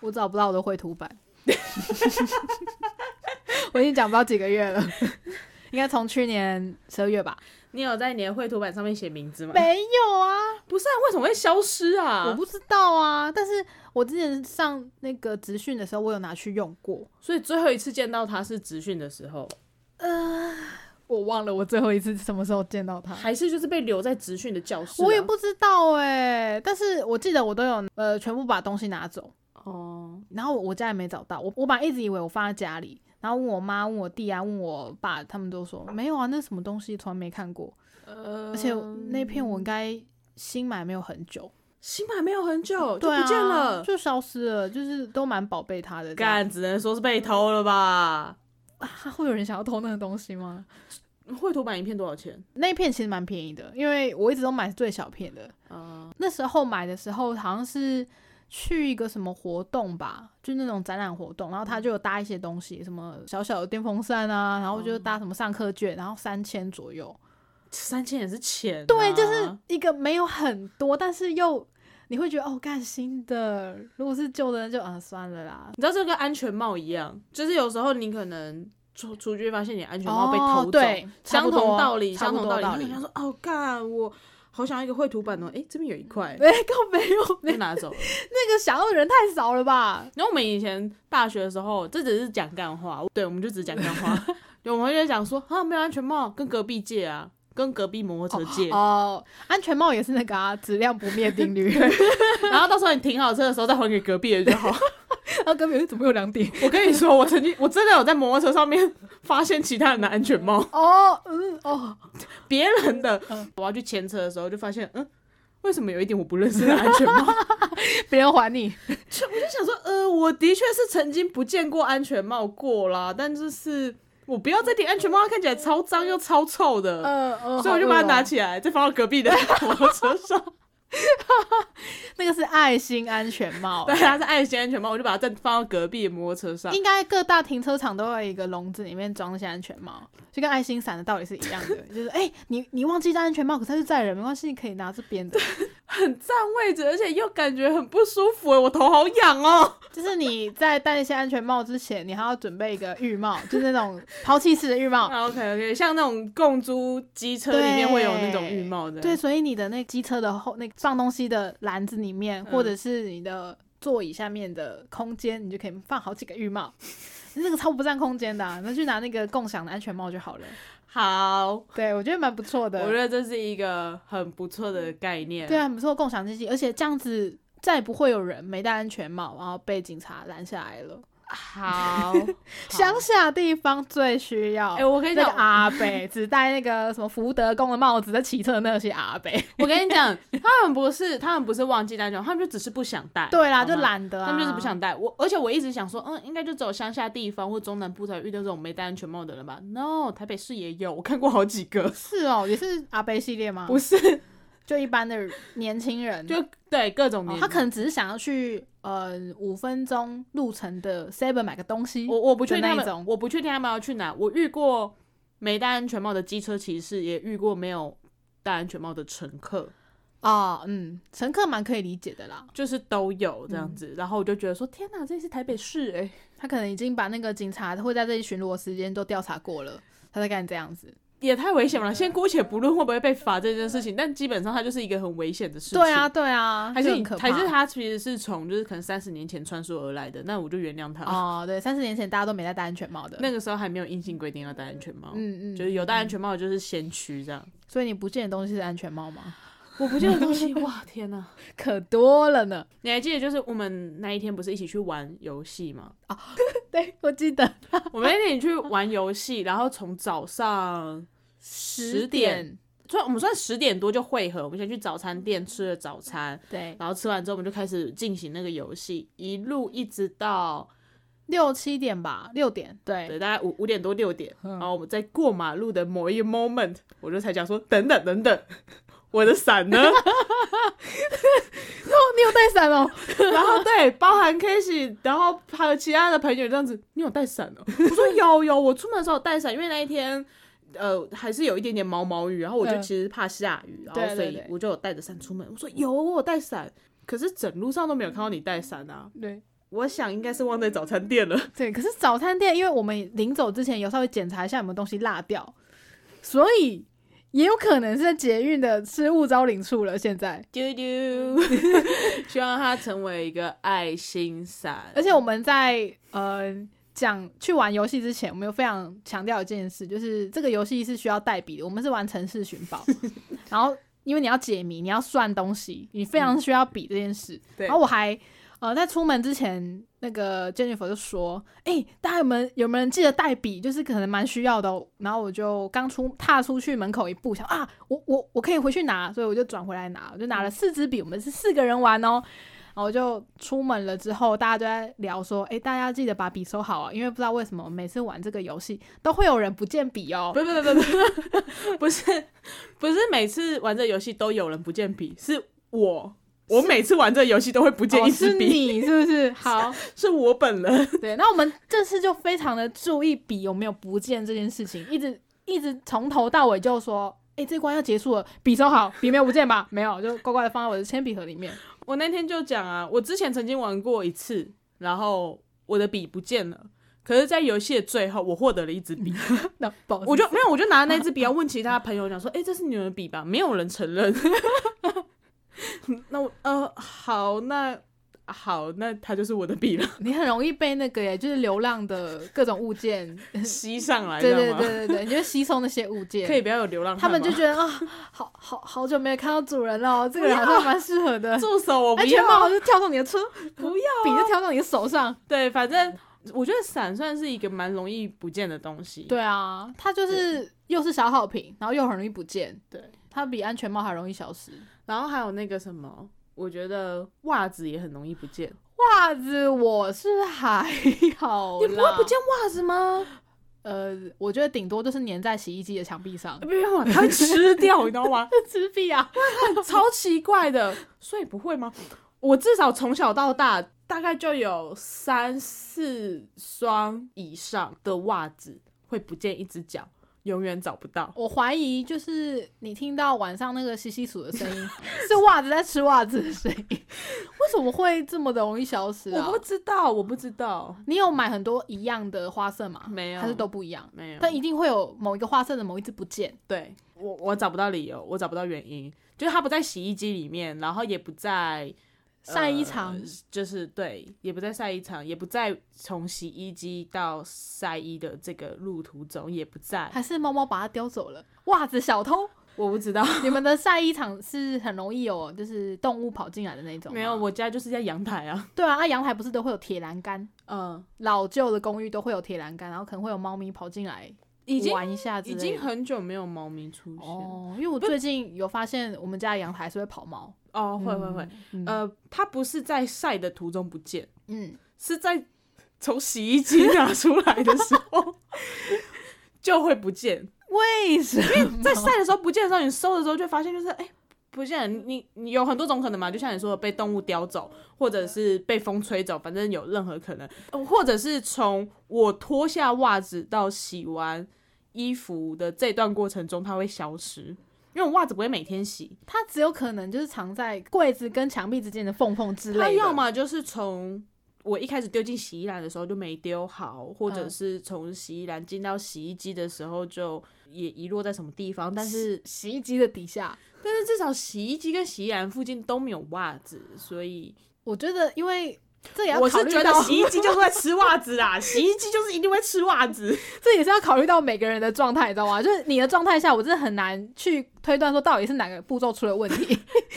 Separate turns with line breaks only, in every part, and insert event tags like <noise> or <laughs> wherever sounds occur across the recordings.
我找不到我的绘图板，我已经讲不到几个月了，应该从去年十二月吧？
你有在你的绘图板上面写名字吗？
没有啊，
不是啊，为什么会消失啊？
我不知道啊。但是我之前上那个职训的时候，我有拿去用过。
所以最后一次见到他是职训的时候，
呃，我忘了我最后一次什么时候见到他，
还是就是被留在职训的教室啊、
我也不知道哎、但是我记得我都有呃全部把东西拿走，
哦，
然后我家也没找到，我我本来一直以为我放在家里，然后问我妈、问我弟啊、问我爸，他们都说没有啊，那什么东西从来没看过，
呃
而且那片我应该新买没有很久，
新买没有很久就
对啊，
不见了，
就消失了，就是都蛮宝贝它的这样。
干只能说是被偷了吧？
啊，会有人想要偷那个东西吗？
绘图板一片多少钱？
那一片其实蛮便宜的，因为我一直都买最小片的。
啊、
那时候买的时候好像是去一个什么活动吧，就那种展览活动，然后他就有搭一些东西，什么小小的电风扇啊，然后就搭什么上课券，然后三千左右。
三千也是钱、啊
对，就是。一个没有很多，但是又你会觉得哦，干新的，如果是旧的那就啊算了啦。
你知道这跟安全帽一样，就是有时候你可能出出去发现你的安全帽被
哦
偷走，
对，差
相
不多
同道理，
差
相
不
同
多道
道理。
理
然。后他说：“哦，干，我好想要一个绘图板哦，诶，这边有一块，
没，更没
<laughs>
有，
被
那
拿走了。
那个想要的人太少了吧？
然后我们以前大学的时候，这只是讲干话，对，我们就只讲干 <laughs> 话，对，我们就讲说啊，没有安全帽，跟隔壁借啊，跟隔壁摩托车借。
哦，安全帽也是那个啊，质量不灭定 <laughs> 律。
然后到时候你停好车的时候再还给隔壁的就 <laughs> 好。
然后跟别人怎么有两点？
我跟你说，我曾经我真的有在摩托车上面 <laughs> 发现其他人的安全帽，
<laughs> 哦，嗯，哦，
别人的
嗯，
我要去牵车的时候就发现，嗯，为什么有一点我不认识的安全帽？
别人还你，
我 <laughs> 就想说，呃，我的确是曾经不见过安全帽过啦，但就是我不要再顶安全帽，它看起来超脏又超臭的。
呃 <laughs> 呃
所以我就把它拿。起来，再放到隔壁的 <laughs> 摩托车
<laughs>
上。
那个是爱心安全帽
对，，啊它是爱心安全帽，我就把它再放到隔壁的摩托车上。 <laughs>
应该各大停车场都有一个笼子，里面装一些安全帽，就跟爱心伞的道理是一样的。 <laughs> 就是哎、你你忘记戴安全帽，可是它就在人，没关系，你可以拿这边的。 <laughs>
很占位置，而且又感觉很不舒服，欸我头好痒哦。
就是你在戴那些安全帽之前，你还要准备一个浴帽，就是那种抛弃式的浴
<laughs>
帽。
OK OK，像那种共租机车里面会有那种浴帽的，
对，，所以你的那机车的后那个放东西的篮子里面，或者是你的座椅下面的空间，你就可以放好几个浴帽。 <laughs> 那个超不占空间的、啊，那去拿那个共享的安全帽就好了。
好，
对，我觉得蛮不错
我
的
觉。得这是一个很不错的概念。
对啊，很不错，共享经济，而且这样子再也不会有人没戴安全帽，然后被警察拦下来了。 <laughs>
好，
乡下地方最需要。
哎、我跟你
那
讲
个，啊阿北只戴那个什么福德宫的帽子在骑车的那些阿北，
我跟你讲，他们不是，他们不是忘记戴安全帽，他们就只是不想戴。
对啦，
好吗
就懒得、啊，
他们就是不想戴我，而且我一直想说，嗯，应该就只有乡下地方或中南部才有遇到这种没戴安全帽的人吧？No，台北市也有，我看过好几
<laughs>
个，
是哦，也是阿贝系列吗？
不是，
就一般的年轻人，
<laughs> 就对各种
哦
年、
他可能只是想要去呃五分钟路程的 Seven 买个东西。
我我不确定他
的那一
们
种，
我不确定他们要去哪。我遇过没戴安全帽的机车骑士，也遇过没有戴安全帽的乘客，
啊、嗯，乘客蛮可以理解的啦，
就是都有这
嗯
样子。然后我就觉得说，天哪，这是台北市哎、
他可能已经把那个警察会在这里巡逻的时间都调查过了，他才敢这样子。
也太危
啊
险了。先姑且不论会不会被罚这件事情，但基本上它就是一个很危险的事情。
对啊，对啊，
还
就是很
你
可怕。
还是他其实是从就是可能三十年前穿梭而来的，那我就原谅他。
哦，对，三十年前大家都没戴戴安全帽的。
那个时候还没有硬性规定要戴安全帽，
嗯嗯，
就是有戴安全帽的就是先驱这样。
所以你不见的东西是安全帽吗？
我不见的东西，哇天哪！
可多了呢。
<laughs>
<laughs>
你还记得就是我们那一天不是一起去玩游戏吗？
对，我记得
我们那天去玩游戏，然后从早上十点，算我们算十点多就汇合，我们先去早餐店吃了早餐，
对，
然后吃完之后我们就开始进行那个游戏，一路一直到
六七点吧，六点，对，
对大概五五点多六点，
嗯
然后我们在过马路的某一个 moment，我就才讲说等等等 <laughs> 等，我的伞呢？ <laughs>
你有带伞哦？
然后对，包含 k a s e y 然后还有其他的朋友这样子，你有带伞哦？ <laughs> 我说有有，我出门的时候有带伞，因为那一天。呃，还是有一点点毛毛雨，然后我就
嗯
其实怕下雨，然
对
后
对
所以
对
我就有带着伞出门。我说有，我有带伞，可是整路上都没有看到你带伞啊！
对，
我想应该是忘在早餐店了。
对，可是早餐店，因为我们临走之前有稍微检查一下有没有东西落掉，所以也有可能是在捷运的失物招领处了。现在，
丢丢， <laughs> 希望它成为一个爱心伞。
而且我们在呃讲去玩游戏之前，我们有非常强调一件事，就是这个游戏是需要代笔的，我们是玩城市寻宝，然后因为你要解谜，你要算东西，你非常需要笔这件事。
对
然后我还呃在出门之前，那个 Jennifer 就说：“哎、大家有没有有没有人记得带笔？就是可能蛮需要的、哦。”然后我就刚出踏出去门口一步，想啊，我我我可以回去拿，所以我就转回来拿，我就拿了四支笔。我们是四个人玩哦。然后我就出门了之后，大家都在聊说：“哎、大家记得把笔收好啊，因为不知道为什么每次玩这个游戏都会有人不见笔哦。
不不不不不，不是不是每次玩这游戏都有人不见笔，是我。我每次玩这游戏都会不见
哦
一
是
支笔，
你是不是？
<laughs>
好，
是我本人。
对，那我们这次就非常的注意笔有没有不见这件事情，一直一直从头到尾就说，哎、这关要结束了，笔收好，笔没有不见吧？没有，就乖乖的放在我的铅笔盒里
<laughs>
面。
我那天就讲啊，我之前曾经玩过一次，然后我的笔不见了。可是，在游戏的最后，我获得了一支笔，
那不好意思
我就没有，我就拿那支笔要问其他朋友，讲说：“哎、这是你们的笔吧？”没有人承认。那我呃，好，那好，那它就是我的笔了，
你很容易被那个耶，就是流浪的各种物
<laughs>
件，
吸上来，
对
知
对
道吗？ <laughs>
对对对，你就会吸收那些物件。
可以不要有流浪汉
他们就
吗
觉得啊，好好好久没有看到主人了哦，这个人好像蛮适合
<laughs>
的。
住手，我不
安全
要，
帽就跳到你的车，
不要。
笔就跳到你的手上。
对，反正我觉得伞算是一个蛮容易不见的东西。
对啊，它就是又是小好评，然后又很容易不见。
对，
它比安全帽还容易消失。
然后还有那个什么，我觉得袜子也很容易不见。
袜子我是还好， <laughs>
你不会不见？袜子吗？
呃，我觉得顶多就是粘在洗衣机的墙壁上，
不用，它会吃掉， <laughs> 你知道吗？
<laughs> 吃屁啊！
超奇怪的，所以不会吗？我至少从小到大，大概就有三四双以上的袜子会不见一只脚，永远找不到。
我怀疑就是你听到晚上那个稀稀数的声 <laughs> 音，是袜子在吃袜子的声音。 <laughs> 为什么会这么的容易消失啊
我不？知道，我不知道，
你有买很多一样的花色吗？
没有
还是都不一样？
没有。
但一定会有某一个花色的某一只不见。
对我，我找不到理由，我找不到原因，就是它不在洗衣机里面，然后也不在
晒衣场、
呃就是对，也不在晒衣场，也不在从洗衣机到晒衣的这个路途中，也不在，
还是猫猫把它叼走了？袜子小
<laughs>
偷，
我不知道，
你们的晒衣场是很容易有就是动物跑进来的那种吗？
没有，我家就是在阳台啊，
对啊，啊阳台不是都会有铁栏杆，
嗯、
老旧的公寓都会有铁栏杆，然后可能会有猫咪跑进来
已经
玩一下之
已
类的。
经很久没有猫咪出现哦
哦，因为我最近有发现我们家的阳台是会跑猫，
哦会会会，
嗯
呃，它不是在晒的途中不见，
嗯，
是在从洗衣机拿出来的时候 <laughs> 就会不见，
为什么？
在晒的时候不见的时候，你收的时候就发现就是哎、不见了。你你有很多种可能嘛，就像你说的被动物叼走，或者是被风吹走，反正有任何可能，呃或者是从我脱下袜子到洗完衣服的这段过程中，它会消失。因为我袜子不会每天洗，
它只有可能就是藏在柜子跟墙壁之间的缝缝之
它
类
要
的。
么就是从我一开始丢进洗衣篮的时候就没丢好，或者
嗯
是从洗衣篮进到洗衣机的时候就也遗落在什么地方，但是
洗衣机的底下，
但是至少洗衣机跟洗衣篮附近都没有袜子，所以
我觉得因为这也要
我
考
是
虑
觉得
到
洗衣机就是会吃袜子啦， <laughs> 洗衣机就是一定会吃袜子。
这也是要考虑到每个人的状态，你知道吗？就是你的状态下，我真的很难去推断说到底是哪个步骤出了问题，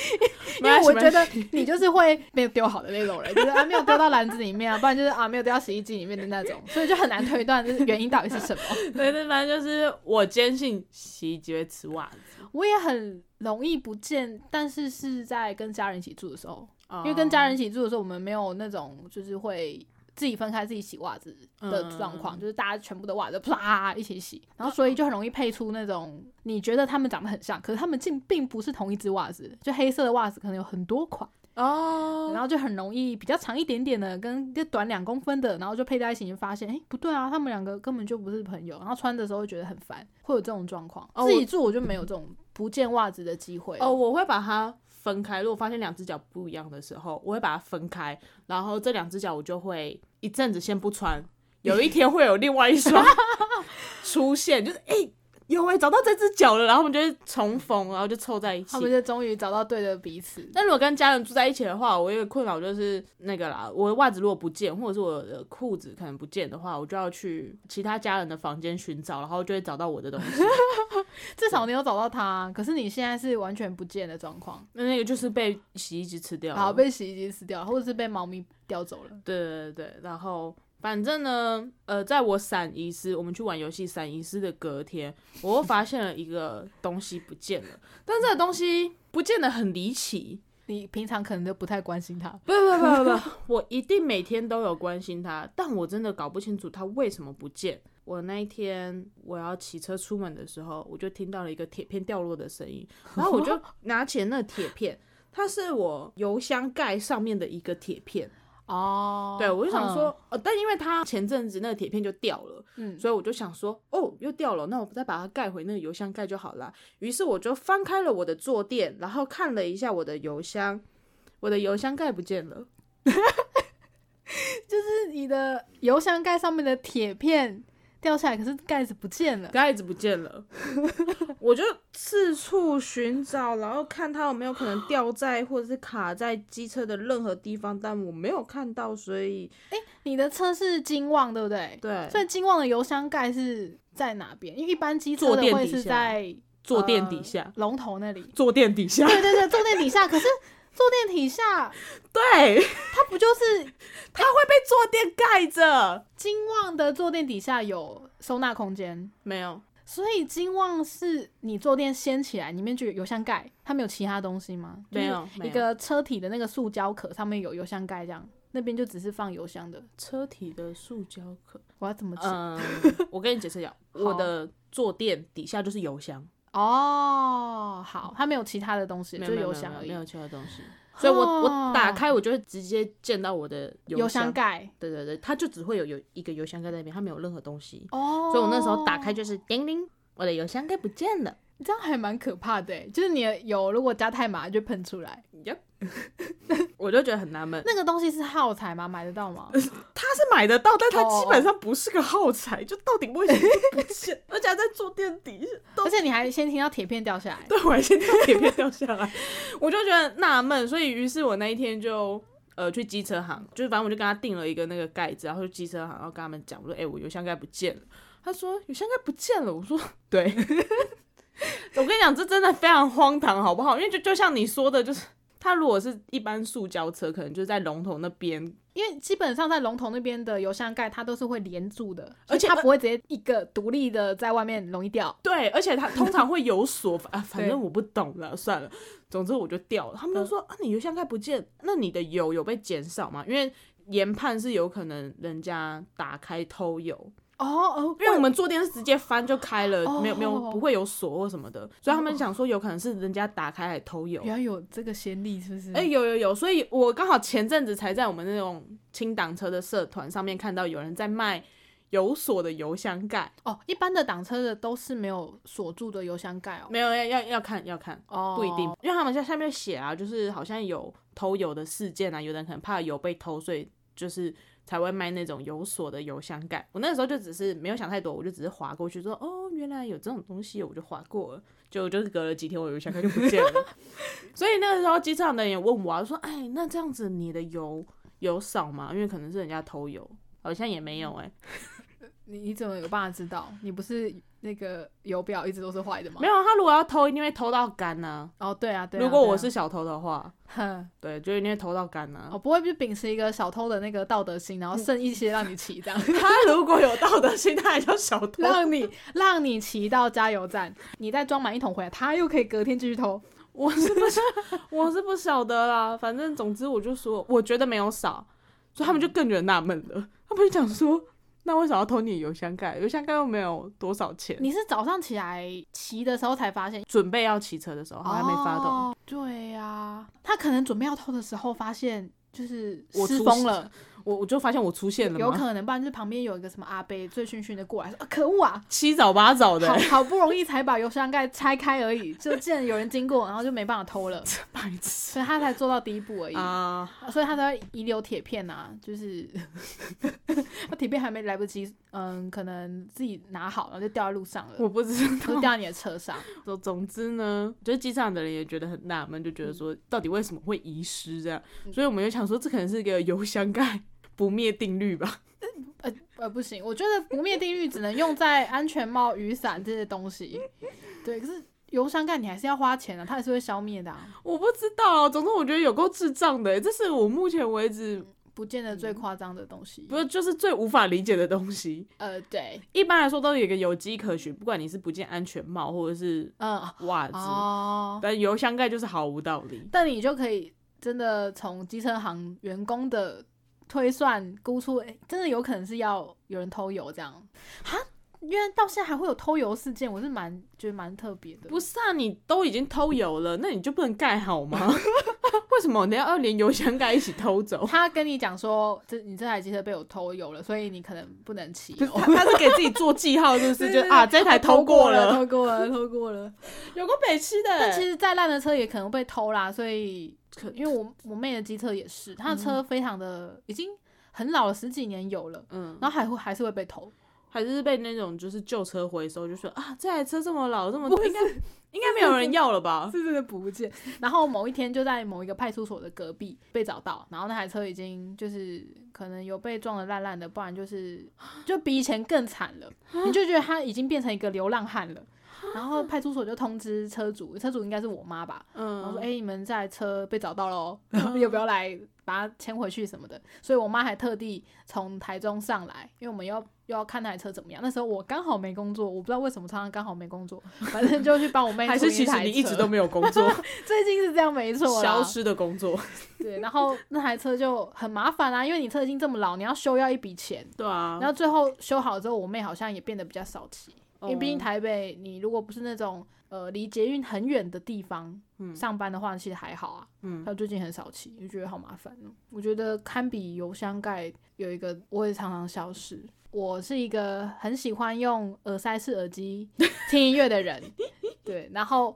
<laughs> 因为我觉得你就是会没有丢好的那种人，就是啊没有丢到篮子里面啊，不然就是啊没有丢到洗衣机里面的那种，所以就很难推断就是原因到底是什么。 <laughs>
对对，反正就是我坚信洗衣机会吃袜子，
我也很容易不见，但是是在跟家人一起住的时候，因为
哦
跟家人一起住的时候，我们没有那种就是会。自己分开自己洗袜子
嗯
的状况，就是大家全部的袜子啪一起洗，然后所以就很容易配出那种你觉得他们长得很像，可是他们竟并不是同一只袜子，就黑色的袜子可能有很多款，
哦，
然后就很容易比较长一点点的跟跟短两公分的，然后就配在一起，你就发现哎、诶不对啊，他们两个根本就不是朋友，然后穿的时候会觉得很烦，会有这种状况。
哦
自己住我就没有这种不见袜子的机会。
哦，我会把它分开。如果发现两只脚不一样的时候，我会把它分开，然后这两只脚我就会一阵子先不穿，有一天会有另外一双 <laughs> 出现，就是哎、欸有哎、找到这只脚了，然后我们就会重逢，然后就凑在一起
他。们就终于找到对的彼此。
那如果跟家人住在一起的话，我有个困扰就是那个啦，我的袜子如果不见，或者是我的裤子可能不见的话，我就要去其他家人的房间寻找，然后就会找到我的东西。
至少你有找到他，啊可是你现在是完全不见的状况，
那那个就是被洗衣机吃掉了。
好被洗衣机吃掉了，或者是被猫咪叼走了。
对对对对，然后反正呢，呃，在我闪遗失，我们去玩游戏闪遗失的隔天，我又发现了一个东西不见了，但这个东西不见得很离奇，
你平常可能都不太关心它，
不不不不不， <laughs> 我一定每天都有关心它，但我真的搞不清楚它为什么不见。我那一天我要骑车出门的时候，我就听到了一个铁片掉落的声音，然后我 <laughs> 就拿起了那个铁片，它是我邮箱盖上面的一个铁片。
哦
对，我就想说，，呃，但因为它前阵子那个铁片就掉了，
嗯，
所以我就想说，哦，又掉了，那我再把它盖回那个邮箱盖就好了。于是我就翻开了我的坐垫，然后看了一下我的邮箱，我的邮箱盖不见了。
就是你的邮箱盖上面的铁片掉下来，可是盖子不见了。
盖子不见了， <laughs> 我就四处寻找，然后看它有没有可能掉在或者是卡在机车的任何地方，但我没有看到，所以
你的车是金旺，对不对？
对
所以金旺的邮箱盖是在哪边？因为一般机车
坐
的
垫
会
底
是
下
在
坐垫底下，
龙头那里。
坐垫底下，
对对对，坐垫底下。可是 <laughs> 坐垫底下，
<laughs> 对，
它不就是
它会被坐垫盖着，
金旺的坐垫底下有收纳空间？
没有，
所以金旺是你坐垫掀起来，里面就有邮箱盖，它没有其他东西吗？
没有
就是
没
一
有
个车体的那个塑胶壳上面有邮箱盖，这样那边就只是放邮箱的。
车体的塑胶壳。
我要怎么讲？
嗯，我跟你解释 <laughs> 一下，我的坐垫底下就是邮箱，
哦，好，它没有其他的东西，
没
就
有没有
邮
没有
箱而
没
已。
有其他东西。所以我我打
哦
开，我就会直接见到我的
邮
箱
箱。盖
对对对，它就只会有有一个邮箱盖在那边，它没有任何东西。
哦，
所以我那时候打开就是叮铃，我的邮箱盖不见了。
这样还蛮可怕的欸，就是你的油如果加太麻就喷出来。
<laughs> 我就觉得很纳闷，
那个东西是耗材吗？买得到
<laughs>
吗？
它是买得到，但
它基本
上不是个耗材，就到底为什么不见， <laughs> 而且还在坐垫底下。
而且你还先听到铁片掉下来，
对，我还先掉铁片掉下来， <laughs> 我就觉得纳闷，所以于是我那一天就呃去机车行，就是反正我就跟他订了一个那个盖子，然后去机车行，然后跟他们讲，我说哎、我邮箱盖不见了，他说邮箱盖不见了，我说对，我跟你讲，这真的非常荒唐，好不好？因为就就像你说的，就是。它如果是一般塑胶车，可能就在龙头那边，
因为基本上在龙头那边的油箱盖它都是会连住的，
而且
所以它不会直接一个独立的在外面容易掉。
对，
<laughs>
而且它通常会有锁，反啊，反
对嗯
正我不懂了，算了，总之我就掉了。他们就说、啊，你油箱盖不见，那你的油有被减少吗？因为研判是有可能人家打开偷油，
哦哦，
因为我们坐垫是直接翻就开了，
哦
没有没有不会有锁或什么的，所以他们想说有可能是人家打开来偷油。
原来有这个先例，是不是？
哎、有有有，所以我刚好前阵子才在我们那种清挡车的社团上面看到有人在卖有锁的油箱盖，
哦，一般的挡车的都是没有锁住的油箱盖哦。
没有要要要看要看，
哦，
不一定，因为他们在下面写啊，就是好像有偷油的事件啊，有人可能怕油被偷，所以就是才会卖那种有锁的油箱盖。我那时候就只是没有想太多，我就只是划过去说，哦，原来有这种东西，我就划过了。就就是隔了几天，我油箱盖就不见了。 <laughs> 所以那个时候机场的人也问我、啊，说，哎，那这样子你的油有少吗？因为可能是人家偷油，好像也没有
嗯
哎、
你你怎么有办法知道？你不是那个油表一直都是坏的吗？
没有啊。他如果要偷，一定会偷到干呢、
哦，对啊，对啊。
如果
对啊
我是，小偷的话，
哼，
对，就一定会偷到啊干呢、
我不会去秉持一个小偷的那个道德心，然后剩一些让你骑这
<laughs>
样。
他如果有道德心，他也叫小偷。
让你让你骑到加油站，你再装满一桶回来，他又可以隔天继续偷。
我是不是我是不晓得啦，反正总之我就说，我觉得没有少，所以他们就更觉得纳闷了。他们就讲说，那为什么要偷你的邮箱盖？邮箱盖又没有多少钱。
你是早上起来骑的时候才发现，
准备要骑车的
哦
时候，他还没发动，
啊哦、对呀、他可能准备要偷的时候发现就是
我
失
出
风了，
我我就发现我出现了
有
吗？
可能，不然就是旁边有一个什么阿伯醉醺醺的过来说：“啊，可恶啊！
七早八早的、
好 <laughs> 好不容易才把油箱盖拆开而已，就见有人经过，然后就没办法偷 <laughs> 了，
白痴
所以他才做到第一步而已。
啊！
所以他才会遗留铁片啊，就是 <laughs> 那铁片还没来不及，嗯，可能自己拿好，然后就掉在路上了，
我不知
就
道。
掉在你的车上。
总总之呢，就是机场的人也觉得很纳闷，就觉得说到底为什么会遗失这样？
嗯
所以我们就想说，这可能是一个油箱盖不灭定律吧？
呃呃，不行，我觉得不灭定律只能用在安全帽、雨伞这些东西。对，可是油箱盖你还是要花钱啊，它还是会消灭的、啊，
我不知道，总之我觉得有够智障的，欸这是我目前为止
不见得最夸张的东西。
嗯不是就是最无法理解的东西。
呃，对，
一般来说都有一个有迹可循，不管你是不见安全帽或者是
嗯，
袜子，
哦，
但油箱盖就是毫无道理。
但你就可以真的从机车行员工的推算估出，哎、真的有可能是要有人偷油这样哈，因为到现在还会有偷油事件，我是蛮觉得蛮特别的。
不是啊，你都已经偷油了，那你就不能盖好吗？ <laughs> 为什么你要连油箱盖一起偷
<laughs>
走？
他跟你讲说，这你这台机车被我偷油了，所以你可能不能骑
不
哦。
是他他是给自己做记号，是不是？
对
就
<laughs>
啊，这台偷过了，
偷过了，偷过了。
有个北七的欸。
但其实再烂的车也可能被偷啦，所以
可
因为我我妹的机车也是，她的车非常的、已经很老了，十几年有了，
嗯，
然后还会还是会被偷。
还是被那种就是旧车回收，就说啊，这台车这么老，这么应该应该没有人要了 <laughs> 吧？
是真的不见。 <laughs> 然后某一天就在某一个派出所的隔壁被找到，然后那台车已经就是可能有被撞的烂烂的，不然就是就比以前更惨了。你就觉得他已经变成一个流浪汉了。然后派出所就通知车主，车主应该是我妈吧，然后说：“
嗯，
哎、你们这台车被找到喽， <laughs> 要不要来把它牵回去什么的？”所以我妈还特地从台中上来，因为我们要又要看那台车怎么样。那时候我刚好没工作，我不知道为什么常常刚好没工作，反正就去帮我妹
还
处
是
理一
其实
台
你一直
车
都没有工 <laughs> 作，
最近是这样没错啦
消。失的工作。
对，然后那台车就很麻烦啊，因为你车已经这么老，你要修要一笔钱。
<laughs> 对啊
然，后最后修好之后，我妹好像也变得比较少骑，因为毕竟
哦
台北你如果不是那种呃离捷运很远的地方
嗯
上班的话，其实还好啊。
嗯
她最近很少骑，就觉得好麻烦哦。我觉得堪比油箱盖有一个，我也常常消失。我是一个很喜欢用耳塞式耳机听音乐的人， <laughs> 对，然后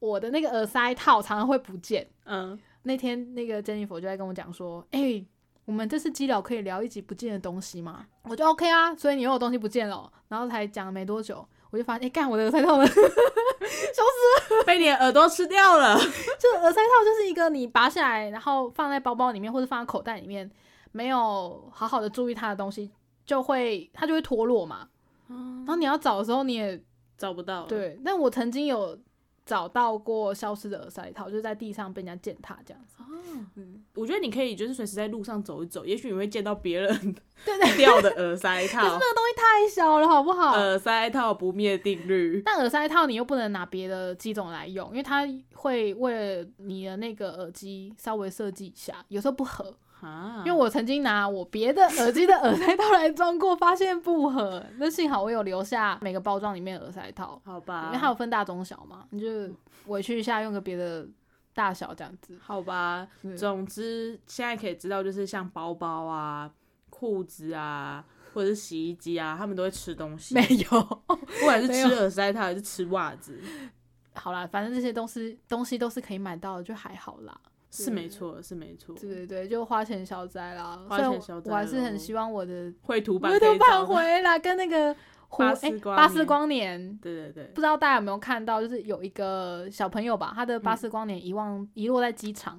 我的那个耳塞套常常会不见。
嗯，
那天那个 Jennifer 就在跟我讲说，哎、我们这次基聊可以聊一集不见的东西吗？我就 OK 啊，所以你又有东西不见了，哦然后才讲没多久，我就发现，哎、干我的耳塞套呢？
<laughs> 被你的耳朵吃掉了。
<laughs> 就耳塞套就是一个你拔下来，然后放在包包里面或者放在口袋里面，没有好好的注意它的东西，就会它就会脱落嘛。然后你要找的时候，你也
<laughs> 找不到。，
对，但我曾经有找到过消失的耳塞套，就是在地上被人家践踏这样
啊
子。
我觉得你可以就是随时在路上走一 <laughs> 走，也许你会见到别人
对 <laughs> 对，
掉的耳塞
可是
套。
那个东西太小了，好不好？
<laughs> 耳塞套不灭定律。
但耳塞套你又不能拿别的机种来用，因为它会为了你的那个耳机稍微设计一下，有时候不合。
啊
因为我曾经拿我别的耳机的耳塞套来装过，发现不合。那幸好我有留下每个包装里面的耳塞套，
好吧，
因为它有分大中小嘛，你就委屈一下用个别的大小这样子。
好吧，
对
总之现在可以知道，就是像包包啊、裤子啊，或者是洗衣机啊，他们都会吃东西，
没有，
不管是
没
吃
有
耳塞套还是吃袜子，
好啦，反正这些东西东西都是可以买到的，就还好啦。
是没错，是没错。
对对对，就花钱消灾啦。
花
虽然
钱
我
消灾
我还是
咯
很希望我的
绘图板
我
可
都
以
盼
找，
回来，跟那
<laughs>
个胡
巴
哎
斯光
巴
年
斯光年，
对对对
不，知道大家有没有看到，就是有一个小朋友吧，他的巴
嗯
斯光年遗忘、遗落在机场，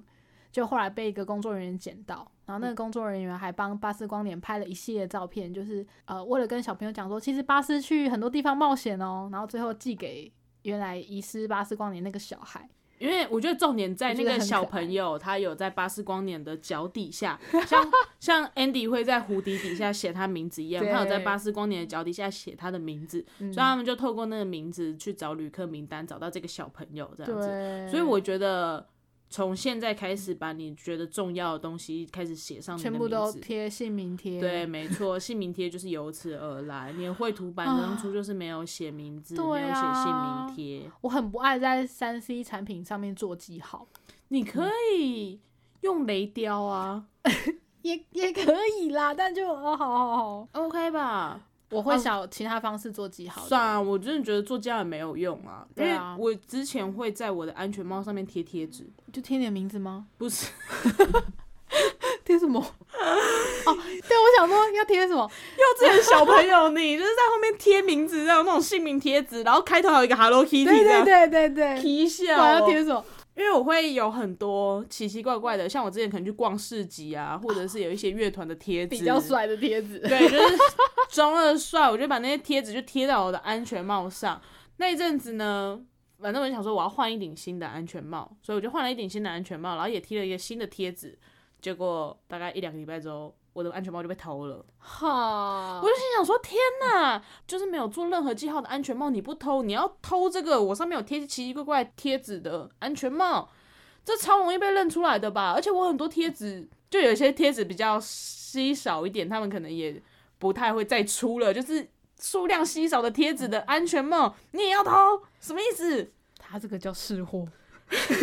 就后来被一个工作人员捡到，然
嗯
后那个工作人员还帮巴斯光年拍了一系列照片，就是呃为了跟小朋友讲说，其实巴斯去很多地方冒险哦，然后最后寄给原来遗失巴斯光年那个小孩，
因为我觉得重点在
我
那
觉得
个
很
小
可爱
朋友，他有在巴斯光年的脚底下，
<laughs>
像像 Andy 会在湖底底下写他名字一样，
对
他有在巴斯光年的脚底下写他的名字，
嗯
所以他们就透过那个名字去找旅客名单，找到这个小朋友这样子。
对，
所以我觉得从现在开始，把你觉得重要的东西开始写上你的
全部
名
都
字。
贴姓名贴，
对，没错，姓名贴就是由此而来。你的绘图板
啊
当初就是没有写名字，没
对
有写姓
啊
名贴。
我很不爱在三 C 产品上面做记号。
你可以用雷雕啊，
也也可以啦， <laughs> 但就哦，好好好，啊
OK 吧？
我会想其他方式做记号的。
算啊，我真的觉得做家也没有用啊，因
对
为
啊
我之前会在我的安全帽上面贴贴纸，
就贴你的名字吗？
不是
<laughs>
<laughs>
贴 <laughs> 什么？哦，对，我想说要贴什 <laughs> 么？
幼稚园小朋友你，就是在后面贴名字，然后那种姓名贴纸，然后开头还有一个 Hello Kitty
对
这
对
样，
对对对，
皮
我
笑、哦
要贴什么？
因为我会有很多奇奇怪怪的，像我之前可能去逛市
<laughs>
集啊，或者是有一些乐团的贴纸，
比较，帅的贴纸。
对，就是中二帅，我就把那些贴纸就贴到我的安全帽上。那一阵子呢，反正我就想说我要换一顶新的安全帽，所以我就换了一顶新的安全帽，然后也贴了一个新的贴纸。结果大概一两个礼拜之后，我的安全帽就被偷了。
<laughs> 哈
我就，心想说：天哪，就是没有做任何记号的安全帽，你不偷，你要偷这个我上面有贴奇奇怪怪贴纸的安全帽，这超容易被认出来的吧？而且我很多贴纸，就有一些贴纸比较稀少一点，他们可能也不太会再出了，就是数量稀少的贴纸的安全帽，你也要偷，什么意思？
他这个叫识货。 <laughs>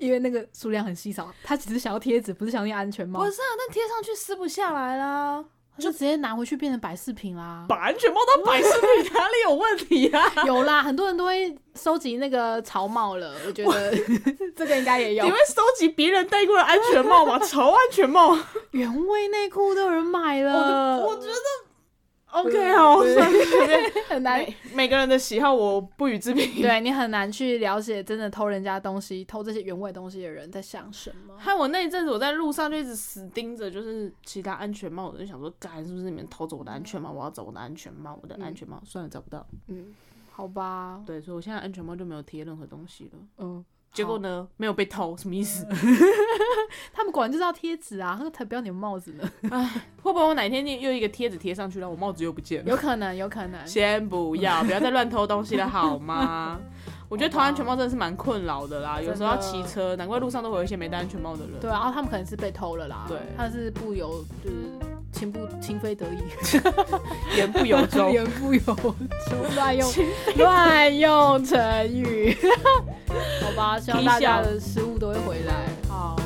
因为那个数量很稀少，他只是想要贴纸，不是想要安全帽
不，是啊，那贴上去撕不下来啦，
他就直接拿回去变成摆饰品 <laughs> 啦。
把安全帽当摆饰 <laughs> 品哪里有问题啊？
有啦，很多人都会收集那个草帽了，我觉 <laughs> 得这个应该也有
你。会收集别人戴过的安全帽 <laughs> 吗？潮安全帽。
原味内裤都有人买了，
我觉得 OK 好，
对
算了随便
很难
每哎每个人的喜好我不予置评。，
对你很难去了解真的偷人家东西、偷这些原味东西的人在想什么。
害我那一阵子我在路上就一直死盯着，就是其他安全帽，我就想说，干是不是你们偷走我的安全帽？我要找我的安全帽，我的安全帽，算了，找不到。
嗯，好吧，
对，所以我现在安全帽就没有贴任何东西了。
嗯，
结果呢，没有被偷，什么意思？
他们果然就是要贴纸啊，他才不要你们帽子呢。
会不会我哪天又一个贴纸贴上去，然后我帽子又不见了？
有可能，有可
<laughs>
能。
先不要，不要再乱偷东西了，好 <laughs> 吗？我觉得偷安全帽真的是蛮困扰的啦，有时候要
真
骑
的
车，难怪路上都会有一些没戴安全帽的人。
对啊，然后他们可能是被偷了啦。
对
他是不由就是情不情非得已，
言不由
<laughs>
衷。
言不由衷，乱用乱 <laughs> 用成语。好吧，希望大家的失误都会回来。
好，